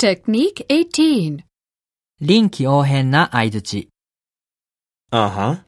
Technique 18. 臨機応変な相槌。 Uh huh.